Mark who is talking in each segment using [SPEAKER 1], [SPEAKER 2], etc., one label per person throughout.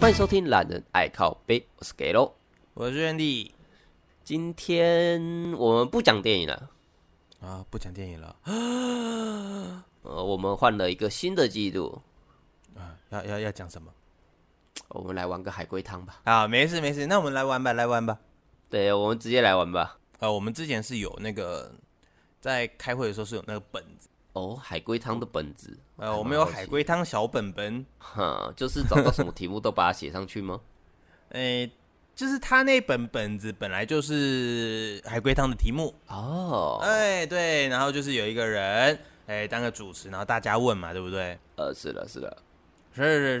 [SPEAKER 1] 欢迎收听《懒人爱靠背》，我是 g a o
[SPEAKER 2] 我是愿力
[SPEAKER 1] 今天我们不讲电影了，
[SPEAKER 2] 啊，不讲电影了，
[SPEAKER 1] 呃，我们换了一个新的季度，
[SPEAKER 2] 啊，要要要讲什么
[SPEAKER 1] 我们来玩个海龟汤吧。
[SPEAKER 2] 啊？没事没事，那我们来玩吧，来玩吧。
[SPEAKER 1] 对，我们直接来玩吧。
[SPEAKER 2] 呃，我们之前是有那个在开会的时候是有那个本子，
[SPEAKER 1] 哦，海龟汤的本质，
[SPEAKER 2] 呃，我们有海龟汤小本本，
[SPEAKER 1] 哈，就是找到什么题目都把它写上去 吗？
[SPEAKER 2] 诶、哎就是他那本本子本来就是海龟汤的题目，
[SPEAKER 1] 哦，
[SPEAKER 2] 哎、对，然后就是有一个人，哎、当个主持，然后大家问嘛，对不对？
[SPEAKER 1] 呃，是的，是的。
[SPEAKER 2] 是是是是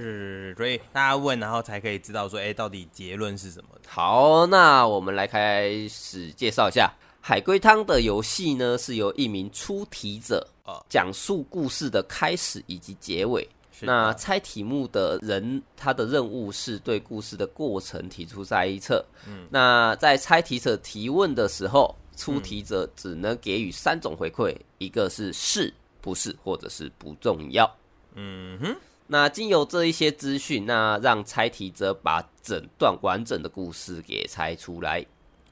[SPEAKER 2] 是，所以大家问，然后才可以知道说，哎、到底结论是什么的。
[SPEAKER 1] 好，那我们来开始介绍一下海龟汤的游戏呢，是由一名出题者
[SPEAKER 2] 哦
[SPEAKER 1] 讲述故事的开始以及结尾。
[SPEAKER 2] 是
[SPEAKER 1] 那
[SPEAKER 2] 的
[SPEAKER 1] 猜题目的人，他的任务是对故事的过程提出猜测。嗯，那在猜题者提问的时候，出题者只能给予三种回馈，一个是是不是，或者是不重要。
[SPEAKER 2] 嗯哼，
[SPEAKER 1] 那经由这一些资讯，那让猜题者把整段完整的故事给猜出来。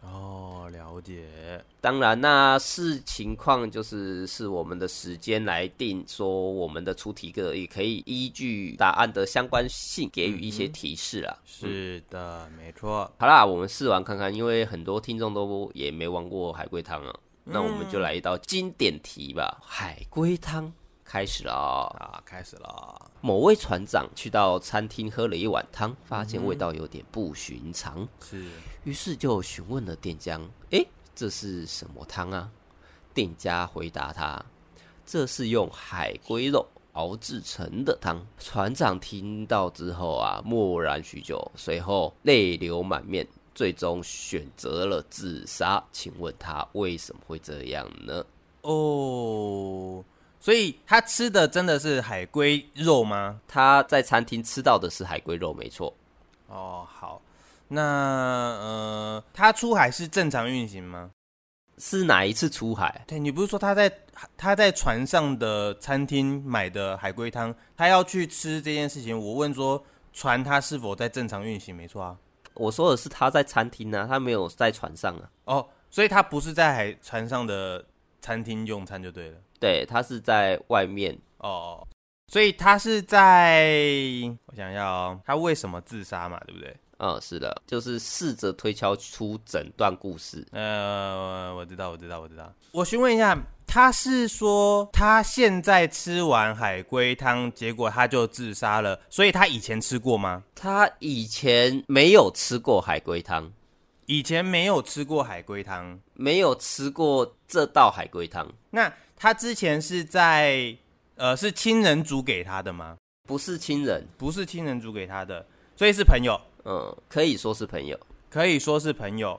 [SPEAKER 2] 哦，了解。
[SPEAKER 1] 当然，那视情况就是是我们的时间来定，说我们的出题个也可以依据答案的相关性给予一些提示啦。
[SPEAKER 2] 嗯是的，没错。
[SPEAKER 1] 好啦，我们试玩看看，因为很多听众都也没玩过海龟汤啊，那我们就来一道经典题吧，海龟汤开始啦。
[SPEAKER 2] 啊，开始了。
[SPEAKER 1] 某位船长去到餐厅喝了一碗汤，发现味道有点不寻常，
[SPEAKER 2] 是
[SPEAKER 1] 于是就询问了店家：“诶，这是什么汤啊？”店家回答他：“这是用海龟肉熬制成的汤。”船长听到之后啊，默然许久，随后泪流满面，最终选择了自杀。请问他为什么会这样呢？
[SPEAKER 2] 哦，所以他吃的真的是海龟肉吗？
[SPEAKER 1] 他在餐厅吃到的是海龟肉，没错。
[SPEAKER 2] 哦，好。那呃，他出海是正常运行吗？
[SPEAKER 1] 是哪一次出海？
[SPEAKER 2] 对你不是说他在他在船上的餐厅买的海龟汤，他要去吃这件事情？我问说船他是否在正常运行？没错啊。
[SPEAKER 1] 我说的是他在餐厅啊，他没有在船上啊。
[SPEAKER 2] 哦，所以他不是在海船上的餐厅用餐就对了。
[SPEAKER 1] 对，他是在外面。
[SPEAKER 2] 哦，所以他是在我想要、哦，他为什么自杀嘛？对不对？
[SPEAKER 1] 嗯，是的，就是试着推敲出整段故事。
[SPEAKER 2] 呃，我知道，我知道，我知道。我询问一下，他是说他现在吃完海龟汤，结果他就自杀了，所以他以前吃过吗？
[SPEAKER 1] 他以前没有吃过海龟汤，
[SPEAKER 2] 以前没有吃过海龟汤，
[SPEAKER 1] 没有吃过这道海龟汤，
[SPEAKER 2] 那他之前是在呃是亲人煮给他的吗？
[SPEAKER 1] 不是亲人，
[SPEAKER 2] 不是亲人煮给他的，所以是朋友。
[SPEAKER 1] 嗯，可以说是朋友。
[SPEAKER 2] 可以说是朋友，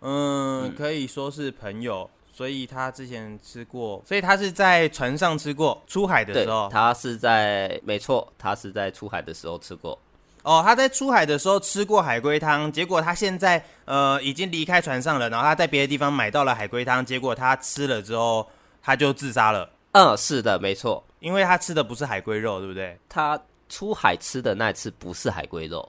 [SPEAKER 2] 嗯，可以说是朋友。所以他之前吃过，所以他是在船上吃过，出海的
[SPEAKER 1] 对
[SPEAKER 2] 时候，。
[SPEAKER 1] 他是在，没错，他是在出海的时候吃过。
[SPEAKER 2] 哦，他在出海的时候吃过海龟汤，结果他现在呃已经离开船上了，然后他在别的地方买到了海龟汤，结果他吃了之后他就自杀了，
[SPEAKER 1] 嗯，是的，没错，
[SPEAKER 2] 因为他吃的不是海龟肉，对不对？
[SPEAKER 1] 他出海吃的那次不是海龟肉，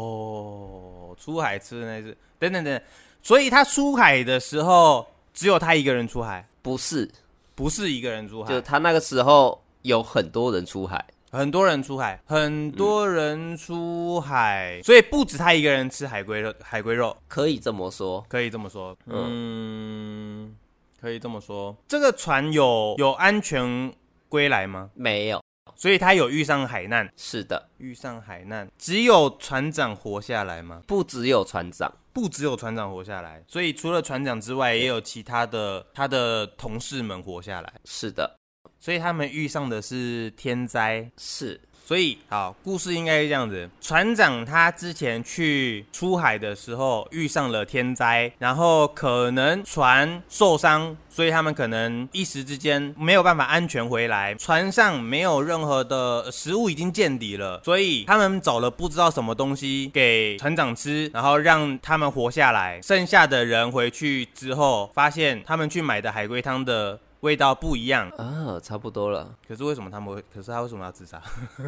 [SPEAKER 2] 哦，出海吃的那是等等等等，所以他出海的时候只有他一个人出海，
[SPEAKER 1] 不是，
[SPEAKER 2] 不是一个人出海，
[SPEAKER 1] 就他那个时候有很多人出海。
[SPEAKER 2] 很多人出海，很多人出海，所以不止他一个人吃海龟肉，海龟肉
[SPEAKER 1] 可以这么说，
[SPEAKER 2] 可以这么说，嗯，可以这么说。这个船有有安全归来吗？
[SPEAKER 1] 没有，
[SPEAKER 2] 所以他有遇上海难，
[SPEAKER 1] 是的，
[SPEAKER 2] 遇上海难，只有船长活下来吗？
[SPEAKER 1] 不只有船长，
[SPEAKER 2] 不只有船长活下来，所以除了船长之外，也有其他的他的同事们活下来，
[SPEAKER 1] 是的，
[SPEAKER 2] 所以他们遇上的是天灾，
[SPEAKER 1] 是
[SPEAKER 2] 所以，好，故事应该是这样子：船长他之前去出海的时候遇上了天灾，然后可能船受伤，所以他们可能一时之间没有办法安全回来。船上没有任何的呃食物已经见底了，所以他们找了不知道什么东西给船长吃，然后让他们活下来。剩下的人回去之后，发现他们去买的海龟汤的味道不一样。
[SPEAKER 1] 啊，差不多了。
[SPEAKER 2] 可是为什么他们会？可是他为什么要自杀？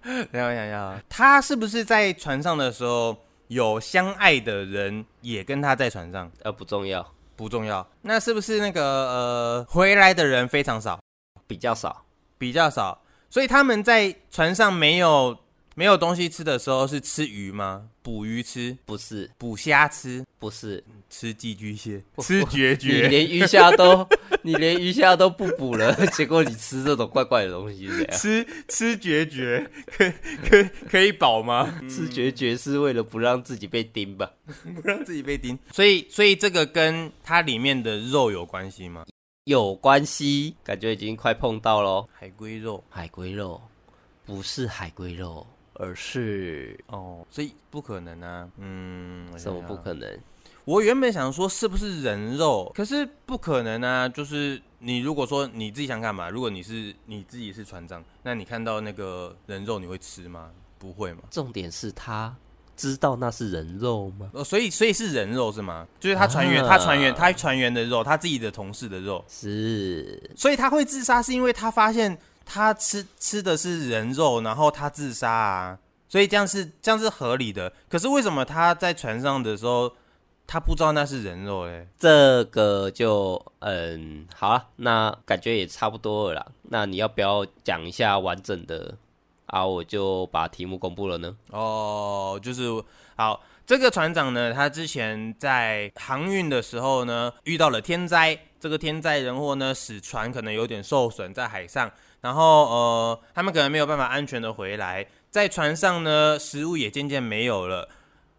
[SPEAKER 2] 等一下我想一下啊，他是不是在船上的时候有相爱的人也跟他在船上？
[SPEAKER 1] 呃，不重要，
[SPEAKER 2] 不重要。那是不是那个呃回来的人非常少，
[SPEAKER 1] 比较少。
[SPEAKER 2] 比较少？所以他们在船上没有没有东西吃的时候是吃鱼吗？捕鱼吃，
[SPEAKER 1] 不是，
[SPEAKER 2] 捕虾吃，
[SPEAKER 1] 不是，
[SPEAKER 2] 吃寄居蟹，
[SPEAKER 1] 我
[SPEAKER 2] 吃绝
[SPEAKER 1] 你
[SPEAKER 2] 绝。
[SPEAKER 1] 连鱼虾都， 你连鱼虾都不补了， 结果你吃这种怪怪的东西是怎样？
[SPEAKER 2] 吃吃绝绝可可可以饱吗？
[SPEAKER 1] 吃绝绝是为了不让自己被叮吧？
[SPEAKER 2] 不让自己被叮。所以所以这个跟它里面的肉有关系吗？
[SPEAKER 1] 有关系，感觉已经快碰到喽。
[SPEAKER 2] 海龟肉
[SPEAKER 1] 海龟肉不是海龟肉，而是
[SPEAKER 2] 哦，所以不可能啊。嗯，我
[SPEAKER 1] 什么
[SPEAKER 2] 想
[SPEAKER 1] 不
[SPEAKER 2] 想
[SPEAKER 1] 可能？
[SPEAKER 2] 我原本想说是不是人肉，可是不可能啊！就是你如果说你自己想干嘛，如果你是你自己是船长，那你看到那个人肉你会吃吗？不会嘛？
[SPEAKER 1] 重点是他知道那是人肉吗？
[SPEAKER 2] 哦，所以所以是人肉是吗？就是他船员，
[SPEAKER 1] 啊
[SPEAKER 2] 他船员，他船员的肉，他自己的同事的肉，
[SPEAKER 1] 是
[SPEAKER 2] 所以他会自杀是因为他发现他吃吃的是人肉，然后他自杀啊，所以这样是这样是合理的。可是为什么他在船上的时候，他不知道那是人肉嘞？
[SPEAKER 1] 这个就嗯，好了，那感觉也差不多了啦。那你要不要讲一下完整的啊？我就把题目公布了呢。
[SPEAKER 2] 哦，就是好，这个船长呢，他之前在航运的时候呢，遇到了天灾，这个天灾人祸呢，使船可能有点受损在海上，然后呃，他们可能没有办法安全的回来，在船上呢，食物也渐渐没有了，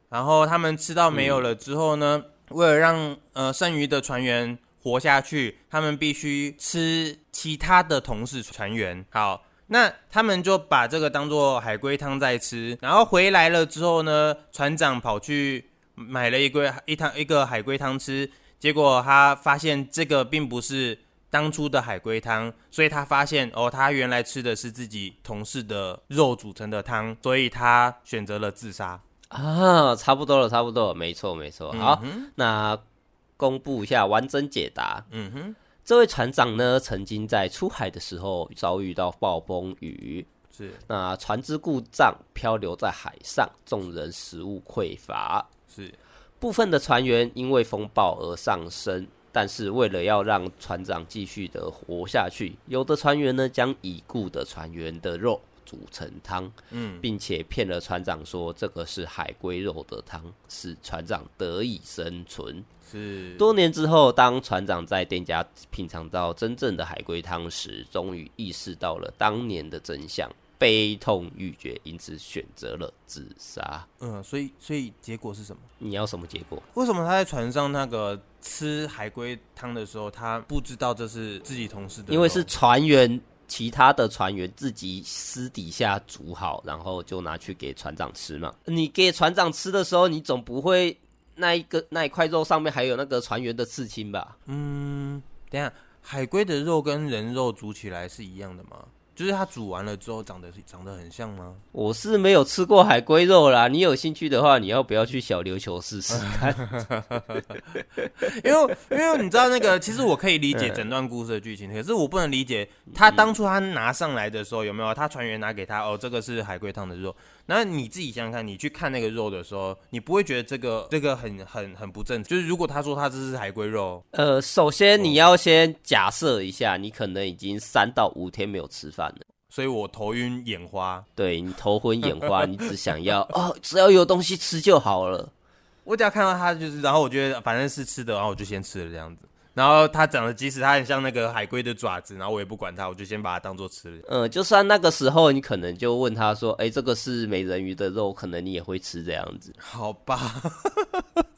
[SPEAKER 2] 然后他们吃到没有了之后呢，为了让呃剩余的船员活下去，他们必须吃其他的同事船员。好，那他们就把这个当做海龟汤在吃。然后回来了之后呢，船长跑去买了一龟一汤一个海龟汤吃，结果他发现这个并不是。当初的海龟汤，所以他发现哦，他原来吃的是自己同事的肉组成的汤，所以他选择了自杀。
[SPEAKER 1] 啊，差不多了，差不多了，没错，没错。好，那公布一下完整解答。
[SPEAKER 2] 嗯哼，
[SPEAKER 1] 这位船长呢，曾经在出海的时候遭遇到暴风雨，
[SPEAKER 2] 是
[SPEAKER 1] 那船只故障，漂流在海上，众人食物匮乏，
[SPEAKER 2] 是，
[SPEAKER 1] 部分的船员因为风暴而丧生，但是为了要让船长继续的活下去，有的船员呢将已故的船员的肉煮成汤，
[SPEAKER 2] 嗯，
[SPEAKER 1] 并且骗了船长说这个是海龟肉的汤，使船长得以生存。
[SPEAKER 2] 是
[SPEAKER 1] 多年之后，当船长在店家品尝到真正的海龟汤时，终于意识到了当年的真相，悲痛欲绝，因此选择了自杀。
[SPEAKER 2] 嗯，所以所以结果是什么？
[SPEAKER 1] 你要什么结果？
[SPEAKER 2] 为什么他在船上那个吃海龟汤的时候，他不知道这是自己同事的肉？
[SPEAKER 1] 因为是船员，其他的船员自己私底下煮好，然后就拿去给船长吃嘛。你给船长吃的时候，你总不会那一个那一块肉上面还有那个船员的刺青吧？
[SPEAKER 2] 嗯，等一下海龟的肉跟人肉煮起来是一样的吗？就是它煮完了之后长得是长得很像吗？
[SPEAKER 1] 我是没有吃过海龟肉啦，你有兴趣的话，你要不要去小琉球试试？
[SPEAKER 2] 因为因为你知道那个， 其实我可以理解整段故事的剧情，可是我不能理解他当初他拿上来的时候有没有啊他船员拿给他哦，这个是海龟汤的肉。那你自己想想看，你去看那个肉的时候，你不会觉得这个这个很很很不正常？就是如果他说他这是海龟肉，
[SPEAKER 1] 呃，首先你要先假设一下，你可能已经三到五天没有吃饭了。
[SPEAKER 2] 所以我头晕眼花。
[SPEAKER 1] 对你头昏眼花，你只想要哦，只要有东西吃就好了。
[SPEAKER 2] 我只要看到他就是，然后我觉得反正是吃的，然后我就先吃了这样子。然后他长得即使他很像那个海龟的爪子，然后我也不管它，我就先把它当做吃了。
[SPEAKER 1] 嗯，就算那个时候你可能就问他说：“哎、这个是美人鱼的肉，可能你也会吃这样子。
[SPEAKER 2] 好吧，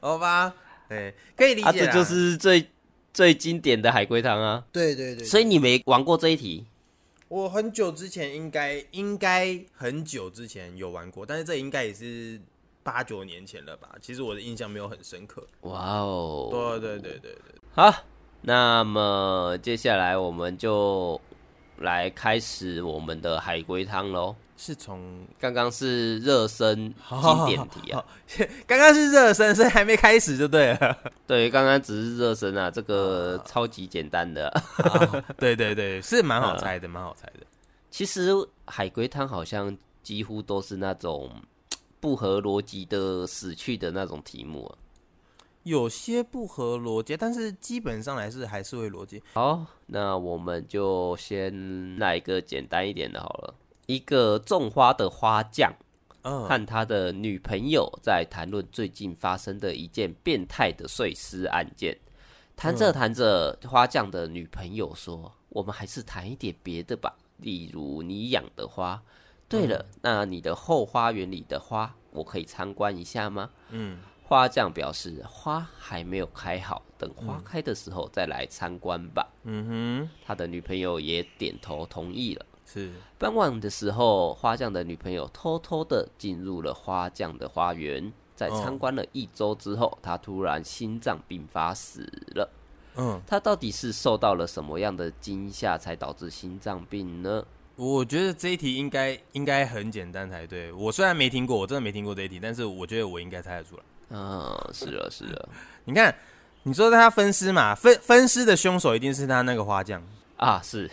[SPEAKER 2] 好吧，对，可以”理
[SPEAKER 1] 啊，
[SPEAKER 2] 解
[SPEAKER 1] 这
[SPEAKER 2] 啦。
[SPEAKER 1] 就是最最经典的海龟汤啊！
[SPEAKER 2] 对对对，
[SPEAKER 1] 所以你没玩过这一题，
[SPEAKER 2] 我很久之前应该应该很久之前有玩过，但是这应该也是八九年前了吧？其实我的印象没有很深刻。
[SPEAKER 1] 哇哦！
[SPEAKER 2] 对啊对对对对，
[SPEAKER 1] 好，那么接下来我们就来开始我们的海龟汤喽。
[SPEAKER 2] 是从
[SPEAKER 1] 刚刚是热身经典题啊，
[SPEAKER 2] 刚刚是热身，所以还没开始就对了。
[SPEAKER 1] 对，刚刚只是热身啊，这个超级简单的啊。
[SPEAKER 2] 啊对对对，是蛮好猜的，蛮好猜的。
[SPEAKER 1] 其实海龟汤好像几乎都是那种不合逻辑的死去的那种题目、啊。
[SPEAKER 2] 有些不合逻辑，但是基本上来是还是会逻辑。
[SPEAKER 1] 好，那我们就先来一个简单一点的好了。一个种花的花匠
[SPEAKER 2] 嗯，
[SPEAKER 1] 和他的女朋友在谈论最近发生的一件变态的碎尸案件。谈着谈着，花匠的女朋友说：“我们还是谈一点别的吧，例如你养的花。对了，那你的后花园里的花，我可以参观一下吗？”
[SPEAKER 2] 嗯，
[SPEAKER 1] 花匠表示花还没有开好，等花开的时候再来参观吧。
[SPEAKER 2] 嗯
[SPEAKER 1] 他的女朋友也点头同意了。
[SPEAKER 2] 哼，是，
[SPEAKER 1] 傍晚的时候，花匠的女朋友偷偷的进入了花匠的花园，在
[SPEAKER 2] 哦
[SPEAKER 1] 参观了一周之后，他突然心脏病发死了。
[SPEAKER 2] 嗯，
[SPEAKER 1] 他到底是受到了什么样的惊吓才导致心脏病呢？
[SPEAKER 2] 我觉得这一题应该应该很简单才对。我虽然没听过，我真的没听过这一题，但是我觉得我应该猜得出来。
[SPEAKER 1] 啊，是了是了
[SPEAKER 2] 你看，你说他分尸嘛，分分尸的凶手一定是他那个花 匠，
[SPEAKER 1] 啊，是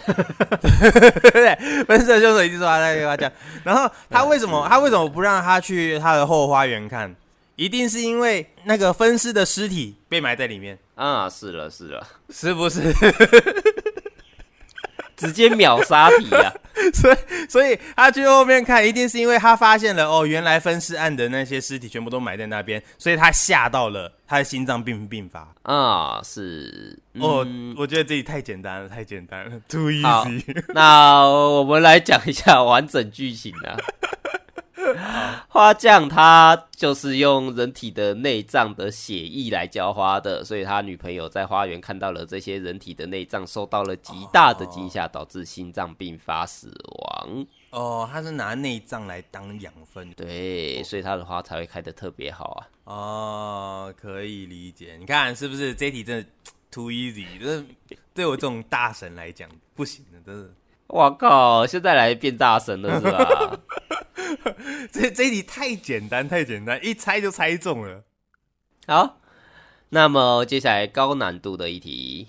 [SPEAKER 2] 分尸的凶手一定是他那个花匠。然后他为什么他为什么不让他去他的后花园看？一定是因为那个分尸的尸体被埋在里面，
[SPEAKER 1] 啊，是了是了，
[SPEAKER 2] 是不是？
[SPEAKER 1] 直接秒杀题啊！
[SPEAKER 2] 所以他去后面看，一定是因为他发现了哦，原来分尸案的那些尸体全部都埋在那边，所以他吓到了，他的心脏病病发。
[SPEAKER 1] 啊，是、嗯、
[SPEAKER 2] 哦，我觉得这里太简单了，太简单了，too
[SPEAKER 1] 好
[SPEAKER 2] easy。
[SPEAKER 1] 那我们来讲一下完整剧情啊。花匠他就是用人体的内脏的血液来浇花的，所以他女朋友在花园看到了这些人体的内脏受到了极大的惊吓，导致心脏病发死亡。
[SPEAKER 2] 哦，他是拿内脏来当养分
[SPEAKER 1] 对，所以他的花才会开得特别好啊。
[SPEAKER 2] 哦，可以理解。你看是不是这一题真的 too easy？就是对我这种大神来讲不行的，真的。
[SPEAKER 1] 我靠，现在来变大神了是吧？
[SPEAKER 2] 这这一题太简单，太简单，一猜就猜中了。
[SPEAKER 1] 好，那么接下来高难度的一 题，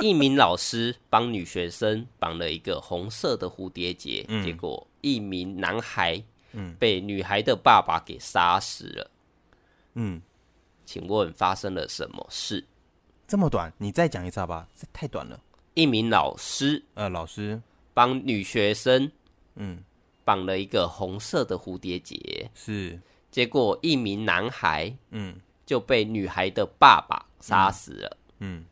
[SPEAKER 1] 一名老师帮女学生绑了一个红色的蝴蝶结，
[SPEAKER 2] 嗯
[SPEAKER 1] 结果一名男孩
[SPEAKER 2] 嗯
[SPEAKER 1] 被女孩的爸爸给杀死了。
[SPEAKER 2] 嗯，
[SPEAKER 1] 请问发生了什么事？
[SPEAKER 2] 这么短，你再讲一次好吧？这太短了。
[SPEAKER 1] 一名老师
[SPEAKER 2] 呃，老师，
[SPEAKER 1] 帮女学生
[SPEAKER 2] 嗯，
[SPEAKER 1] 绑了一个红色的蝴蝶结，
[SPEAKER 2] 是，
[SPEAKER 1] 结果一名男孩
[SPEAKER 2] 嗯
[SPEAKER 1] 就被女孩的爸爸杀死了。
[SPEAKER 2] 嗯，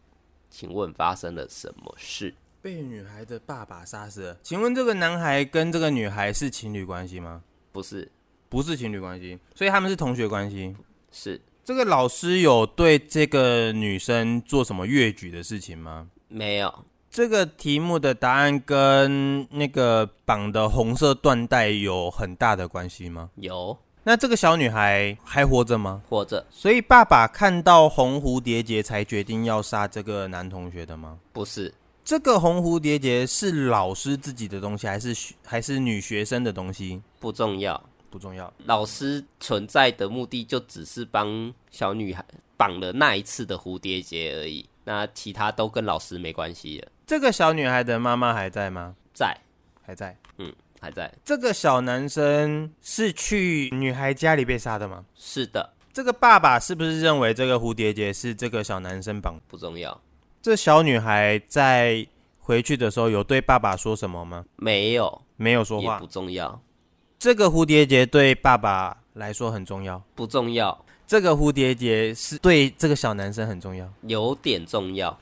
[SPEAKER 1] 请问发生了什么事？
[SPEAKER 2] 被女孩的爸爸杀死了。请问这个男孩跟这个女孩是情侣关系吗？
[SPEAKER 1] 不是，
[SPEAKER 2] 不是情侣关系，所以他们是同学关系。
[SPEAKER 1] 是
[SPEAKER 2] 这个老师有对这个女生做什么越矩的事情吗？
[SPEAKER 1] 没有。
[SPEAKER 2] 这个题目的答案跟那个绑的红色缎带有很大的关系吗？
[SPEAKER 1] 有
[SPEAKER 2] 那这个小女孩还活着吗？
[SPEAKER 1] 或者
[SPEAKER 2] 所以爸爸看到红蝴蝶结才决定要杀这个男同学的吗？
[SPEAKER 1] 不是
[SPEAKER 2] 这个红蝴蝶结是老师自己的东西，还是学还是女学生的东西？
[SPEAKER 1] 不重要。
[SPEAKER 2] 不重要。
[SPEAKER 1] 老师存在的目的就只是帮小女孩绑了那一次的蝴蝶结而已，那其他都跟老师没关系了。
[SPEAKER 2] 这个小女孩的妈妈还在吗？
[SPEAKER 1] 在，
[SPEAKER 2] 还在。
[SPEAKER 1] 嗯，还在。
[SPEAKER 2] 这个小男生是去女孩家里被杀的吗？
[SPEAKER 1] 是的，
[SPEAKER 2] 这个爸爸是不是认为这个蝴蝶结是这个小男生绑的？
[SPEAKER 1] 不重要。
[SPEAKER 2] 这小女孩在回去的时候有对爸爸说什么吗？
[SPEAKER 1] 没有，
[SPEAKER 2] 没有说
[SPEAKER 1] 也
[SPEAKER 2] 话
[SPEAKER 1] 不。重要，
[SPEAKER 2] 这个蝴蝶结对爸爸来说很重要，
[SPEAKER 1] 不重要，
[SPEAKER 2] 这个蝴蝶结是对这个小男生很重要，
[SPEAKER 1] 有点重要，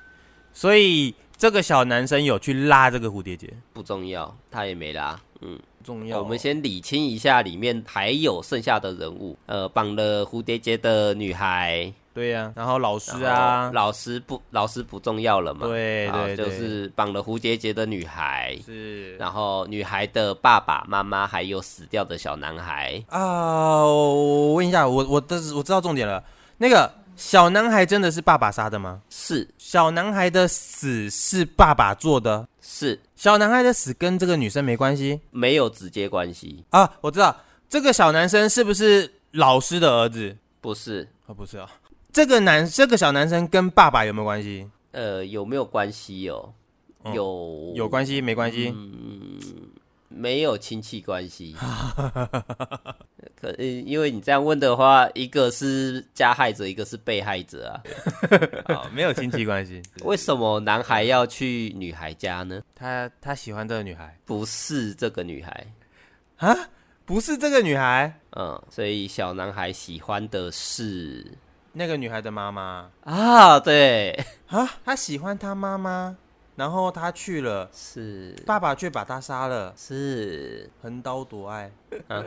[SPEAKER 2] 所以这个小男生有去拉这个蝴蝶结，
[SPEAKER 1] 不重要，他也没啦。嗯，
[SPEAKER 2] 重哦
[SPEAKER 1] 我们先理清一下里面还有剩下的人物。呃，绑了蝴蝶结的女孩，
[SPEAKER 2] 对呀、然后老师
[SPEAKER 1] 然
[SPEAKER 2] 啊
[SPEAKER 1] 后，老师不，老师不重要了嘛？
[SPEAKER 2] 对
[SPEAKER 1] 啊
[SPEAKER 2] 对对，
[SPEAKER 1] 就是绑了蝴蝶结的女孩，
[SPEAKER 2] 是
[SPEAKER 1] 然后女孩的爸爸妈妈还有死掉的小男孩，
[SPEAKER 2] 啊，我问一下，我我但是我知道重点了，那个小男孩真的是爸爸杀的吗？
[SPEAKER 1] 是
[SPEAKER 2] 小男孩的死是爸爸做的，
[SPEAKER 1] 是
[SPEAKER 2] 小男孩的死跟这个女生没关系
[SPEAKER 1] 没有直接关系，
[SPEAKER 2] 啊，我知道这个小男生是不是老师的儿子？
[SPEAKER 1] 不是，
[SPEAKER 2] 啊，不是啊，这个男这个小男生跟爸爸有没有关系？
[SPEAKER 1] 呃，有没有关系哦？
[SPEAKER 2] 嗯
[SPEAKER 1] 有
[SPEAKER 2] 哦有关系没关系？
[SPEAKER 1] 嗯，没有亲戚关 系。可呃因为你这样问的话，一个是加害者，一个是被害者啊。
[SPEAKER 2] 嗯好，没有亲戚关 系。
[SPEAKER 1] 为什么男孩要去女孩家呢？
[SPEAKER 2] 他他喜欢这个女孩
[SPEAKER 1] 不是这个女孩，
[SPEAKER 2] 啊？不是这个女孩，
[SPEAKER 1] 嗯，所以小男孩喜欢的是
[SPEAKER 2] 那个女孩的妈妈
[SPEAKER 1] 啊，对，
[SPEAKER 2] 啊，他喜欢他妈妈，然后他去了，
[SPEAKER 1] 是
[SPEAKER 2] 爸爸却把他杀了，
[SPEAKER 1] 是
[SPEAKER 2] 横刀夺爱。
[SPEAKER 1] 啊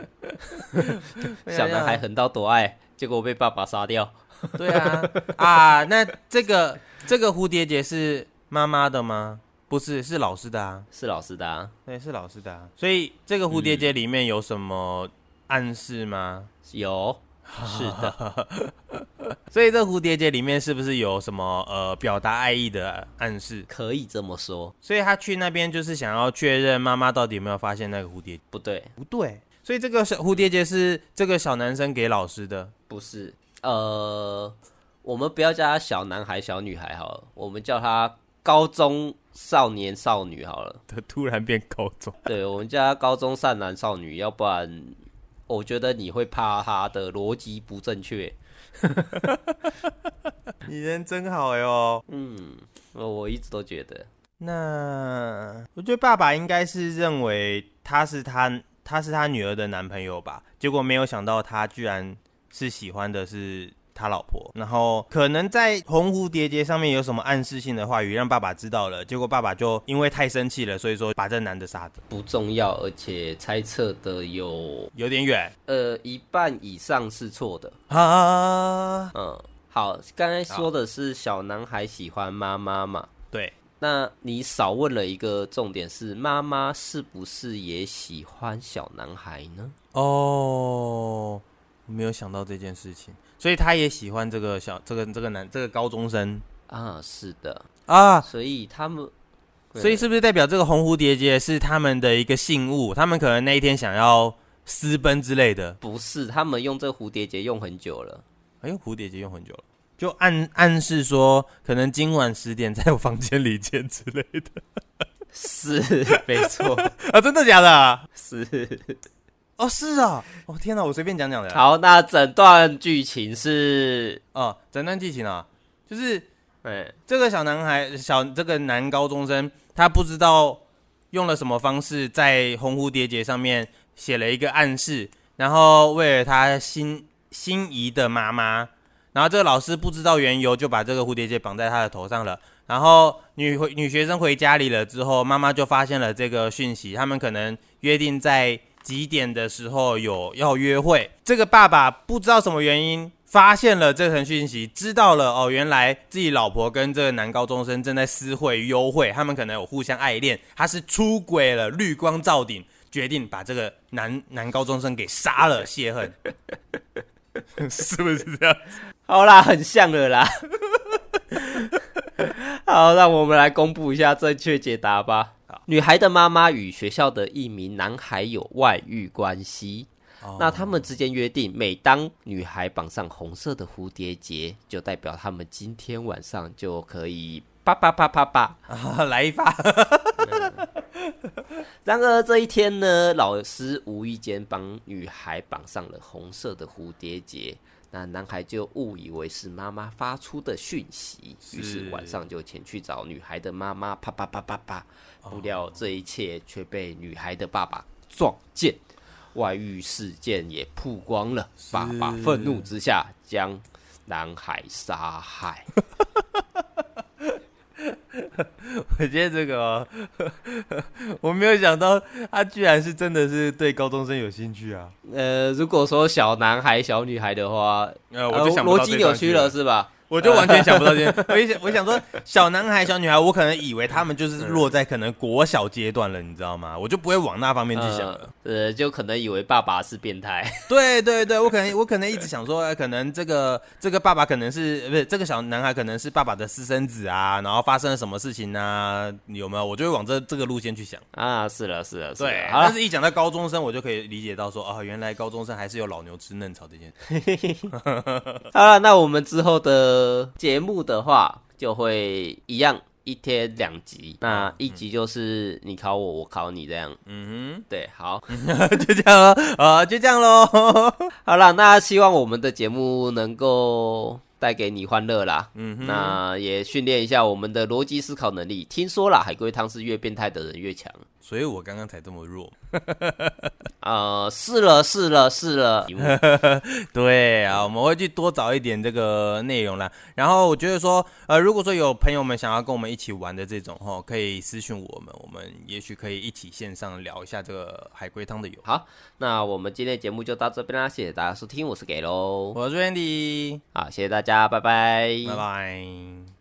[SPEAKER 2] 对啊
[SPEAKER 1] 小男孩横刀夺爱，结果被爸爸杀掉。
[SPEAKER 2] 对啊，啊，那这个这个蝴蝶结是妈妈的吗？不是，是老师的啊，
[SPEAKER 1] 是老师的、啊，
[SPEAKER 2] 对，是老师的啊。所以这个蝴蝶结里面有什么暗示吗？
[SPEAKER 1] 有，是的，
[SPEAKER 2] 所以这蝴蝶结里面是不是有什么呃表达爱意的暗示？
[SPEAKER 1] 可以这么说，
[SPEAKER 2] 所以他去那边就是想要确认妈妈到底有没有发现那个蝴蝶结。
[SPEAKER 1] 不对，
[SPEAKER 2] 不对，所以这个小蝴蝶结是这个小男生给老师的。
[SPEAKER 1] 不是，呃，我们不要叫他小男孩、小女孩好了，我们叫他高中少年少女好了。
[SPEAKER 2] 他突然变高中，
[SPEAKER 1] 对，我们叫他高中善男少女，要不然我觉得你会怕他的逻辑不正确。
[SPEAKER 2] 你人真好哟。
[SPEAKER 1] 嗯，我我一直都觉得
[SPEAKER 2] 那我觉得爸爸应该是认为他是他他是他女儿的男朋友吧，结果没有想到他居然是喜欢的是他老婆，然后可能在红蝴蝶结上面有什么暗示性的话语让爸爸知道了，结果爸爸就因为太生气了，所以说把这男的杀的，
[SPEAKER 1] 不重要，而且猜测的有
[SPEAKER 2] 有点远
[SPEAKER 1] 呃一半以上是错的。
[SPEAKER 2] 啊，
[SPEAKER 1] 嗯，好，刚才说的是小男孩喜欢妈妈嘛？
[SPEAKER 2] 对，
[SPEAKER 1] 那你少问了一个重点是，妈妈是不是也喜欢小男孩呢？
[SPEAKER 2] 哦，我没有想到这件事情，所以他也喜欢这个小这个这个男这个高中生
[SPEAKER 1] 啊，是的，
[SPEAKER 2] 啊，
[SPEAKER 1] 所以他们，
[SPEAKER 2] 所以是不是代表这个红蝴蝶结是他们的一个信物？他们可能那一天想要私奔之类的。
[SPEAKER 1] 不是他们用这蝴蝶结用很久了？
[SPEAKER 2] 哎呦，蝴蝶结用很久了，就暗暗示说可能今晚十点在我房间里见之类的
[SPEAKER 1] 是，没错，
[SPEAKER 2] 啊？真的假的啊？
[SPEAKER 1] 是。
[SPEAKER 2] 哦，是啊。哦，天哪，我随便讲讲的。
[SPEAKER 1] 好，那整段剧情是，
[SPEAKER 2] 哦，整段剧情啊，就是
[SPEAKER 1] 哎，
[SPEAKER 2] 这个小男孩，小这个男高中生，他不知道用了什么方式，在红蝴蝶结上面写了一个暗示，然后为了他心心仪的妈妈，然后这个老师不知道缘由，就把这个蝴蝶结绑在他的头上了。然后女回女学生回家里了之后，妈妈就发现了这个讯息，他们可能约定在几点的时候有要约会。这个爸爸不知道什么原因发现了这层讯息，知道了哦，原来自己老婆跟这个男高中生正在私会幽会，他们可能有互相爱恋，他是出轨了，绿光照顶，决定把这个男男高中生给杀了泄恨，是不是这样？
[SPEAKER 1] 好啦，很像了啦。 好，让我们来公布一下正确解答吧。女孩的妈妈与学校的一名男孩有外遇关系。
[SPEAKER 2] 哦
[SPEAKER 1] 那他们之间约定，每当女孩绑上红色的蝴蝶结，就代表他们今天晚上就可以啪啪啪啪啪。
[SPEAKER 2] 啊，来一发，
[SPEAKER 1] 然而这一天呢，老师无意间帮女孩绑上了红色的蝴蝶结，那男孩就误以为是妈妈发出的讯息，
[SPEAKER 2] 是
[SPEAKER 1] 于是晚上就前去找女孩的妈妈，啪啪啪啪啪。不料这一切却被女孩的爸爸撞见，外遇事件也曝光了。爸爸愤怒之下将男孩杀害。
[SPEAKER 2] 我觉得这个哦、我没有想到他居然是真的是对高中生有兴趣啊！
[SPEAKER 1] 呃，如果说小男孩、小女孩的话，
[SPEAKER 2] 呃
[SPEAKER 1] 逻辑扭曲了，，是吧？
[SPEAKER 2] 我就完全想不到这 段。我一想，我想说，小男孩、小女孩，我可能以为他们就是落在可能国小阶段了，你知道吗？我就不会往那方面去想了。
[SPEAKER 1] 呃，就可能以为爸爸是变态，
[SPEAKER 2] 对对对，我可能我可能一直想说，呃可能这个这个爸爸可能是呃不是这个小男孩可能是爸爸的私生子啊，然后发生了什么事情啊？有没有？我就会往这这个路线去想。
[SPEAKER 1] 啊，是了，是了，是了
[SPEAKER 2] 对，啊
[SPEAKER 1] 好
[SPEAKER 2] 但
[SPEAKER 1] 了，
[SPEAKER 2] 是一讲到高中生，我就可以理解到说，啊，原来高中生还是有老牛吃嫩草这件事。
[SPEAKER 1] 好了，那我们之后的节目的话，就会一样一天两集，那一集就是你考我，我考你这样。
[SPEAKER 2] 嗯
[SPEAKER 1] 对，好，
[SPEAKER 2] 哼， 就这样了，啊，就这样喽。
[SPEAKER 1] 好啦，那希望我们的节目能够带给你欢乐啦。
[SPEAKER 2] 嗯哼，
[SPEAKER 1] 那也训练一下我们的逻辑思考能力。听说啦，海龟汤是越变态的人越强。
[SPEAKER 2] 所以我刚刚才这么弱。
[SPEAKER 1] 呃，是了，是了，是 了。题目
[SPEAKER 2] 对啊，我们会去多找一点这个内容啦。然后我觉得说，呃，如果说有朋友们想要跟我们一起玩的这种哈，可以私讯我们，我们也许可以一起线上聊一下这个海龟汤的游。
[SPEAKER 1] 好，那我们今天的节目就到这边啦，谢谢大家收听，我是给喽，
[SPEAKER 2] 我是 Randy，
[SPEAKER 1] 好，谢谢大家，拜拜，
[SPEAKER 2] 拜拜。